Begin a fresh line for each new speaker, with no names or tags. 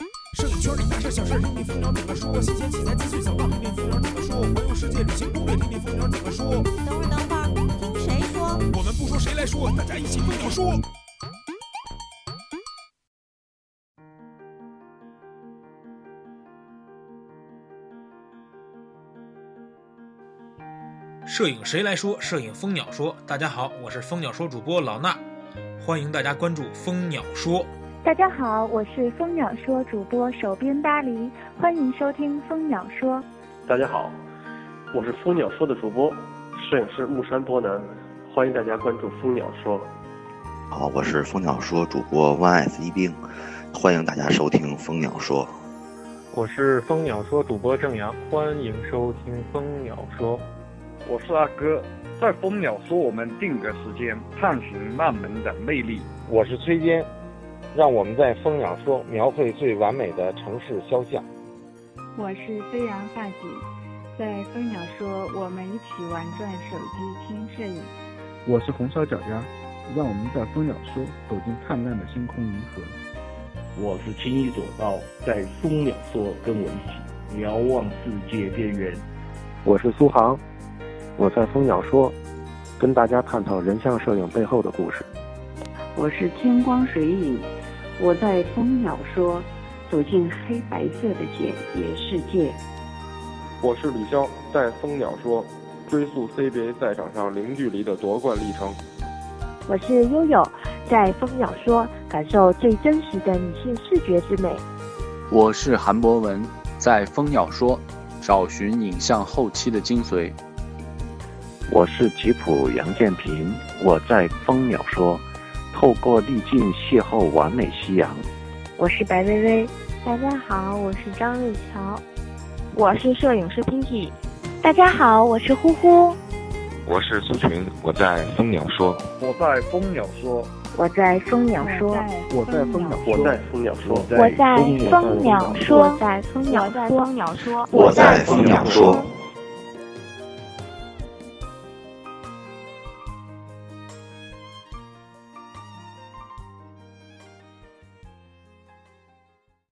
圈里大事小事，听听蜂鸟怎么说。新鲜器材资讯想到，听听蜂鸟怎么说。环游世界旅行攻略，听听蜂鸟怎么说。
等会儿，等会儿，听谁说？
我们不说谁来说，大家一起蜂鸟说。
摄影谁来说？摄影蜂鸟说。大家好，我是蜂鸟说主播老衲，欢迎大家关注蜂鸟说。
大家好，我是蜂鸟说主播手边巴黎，欢迎收听蜂鸟说。
大家好，我是蜂鸟说的主播，摄影师木山波南，欢迎大家关注蜂鸟说。
好，我是蜂鸟说主播 One S 一冰，欢迎大家收听蜂鸟说。
我是蜂鸟说主播郑阳，欢迎收听蜂鸟说。
我是阿哥，在蜂鸟说我们定格时间，探寻慢门的魅力。
我是崔坚，让我们在蜂鸟说描绘最完美的城市肖像。
我是飞扬发髻，在蜂鸟说我们一起玩转手机听摄影。
我是红烧脚丫，让我们在蜂鸟说走进灿烂的星空银河。
我是青衣左道，在蜂鸟说跟我一起遥望世界边缘。
我是苏杭。我在蜂鸟说，跟大家探讨人像摄影背后的故事。
我是天光水影，我在蜂鸟说，走进黑白色的简洁世界。
我是李潇，在蜂鸟说，追溯 CBA 赛场上零距离的夺冠历程。
我是悠悠，在蜂鸟说，感受最真实的女性视觉之美。
我是韩博文，在蜂鸟说，找寻影像后期的精髓。
我是吉普杨建平，我在蜂鸟说，透过滤镜邂逅完美夕阳。
我是白薇薇，
大家好，我是张瑞乔，
我是摄影师 Pinky，
大家好，我是呼呼，
我是苏群，我在蜂鸟说，
我在蜂鸟说，
我在蜂鸟说，
我在蜂鸟，
我在蜂鸟说，
我在蜂鸟
说，
我在蜂
鸟
说，
蜂鸟说，
我在蜂鸟说。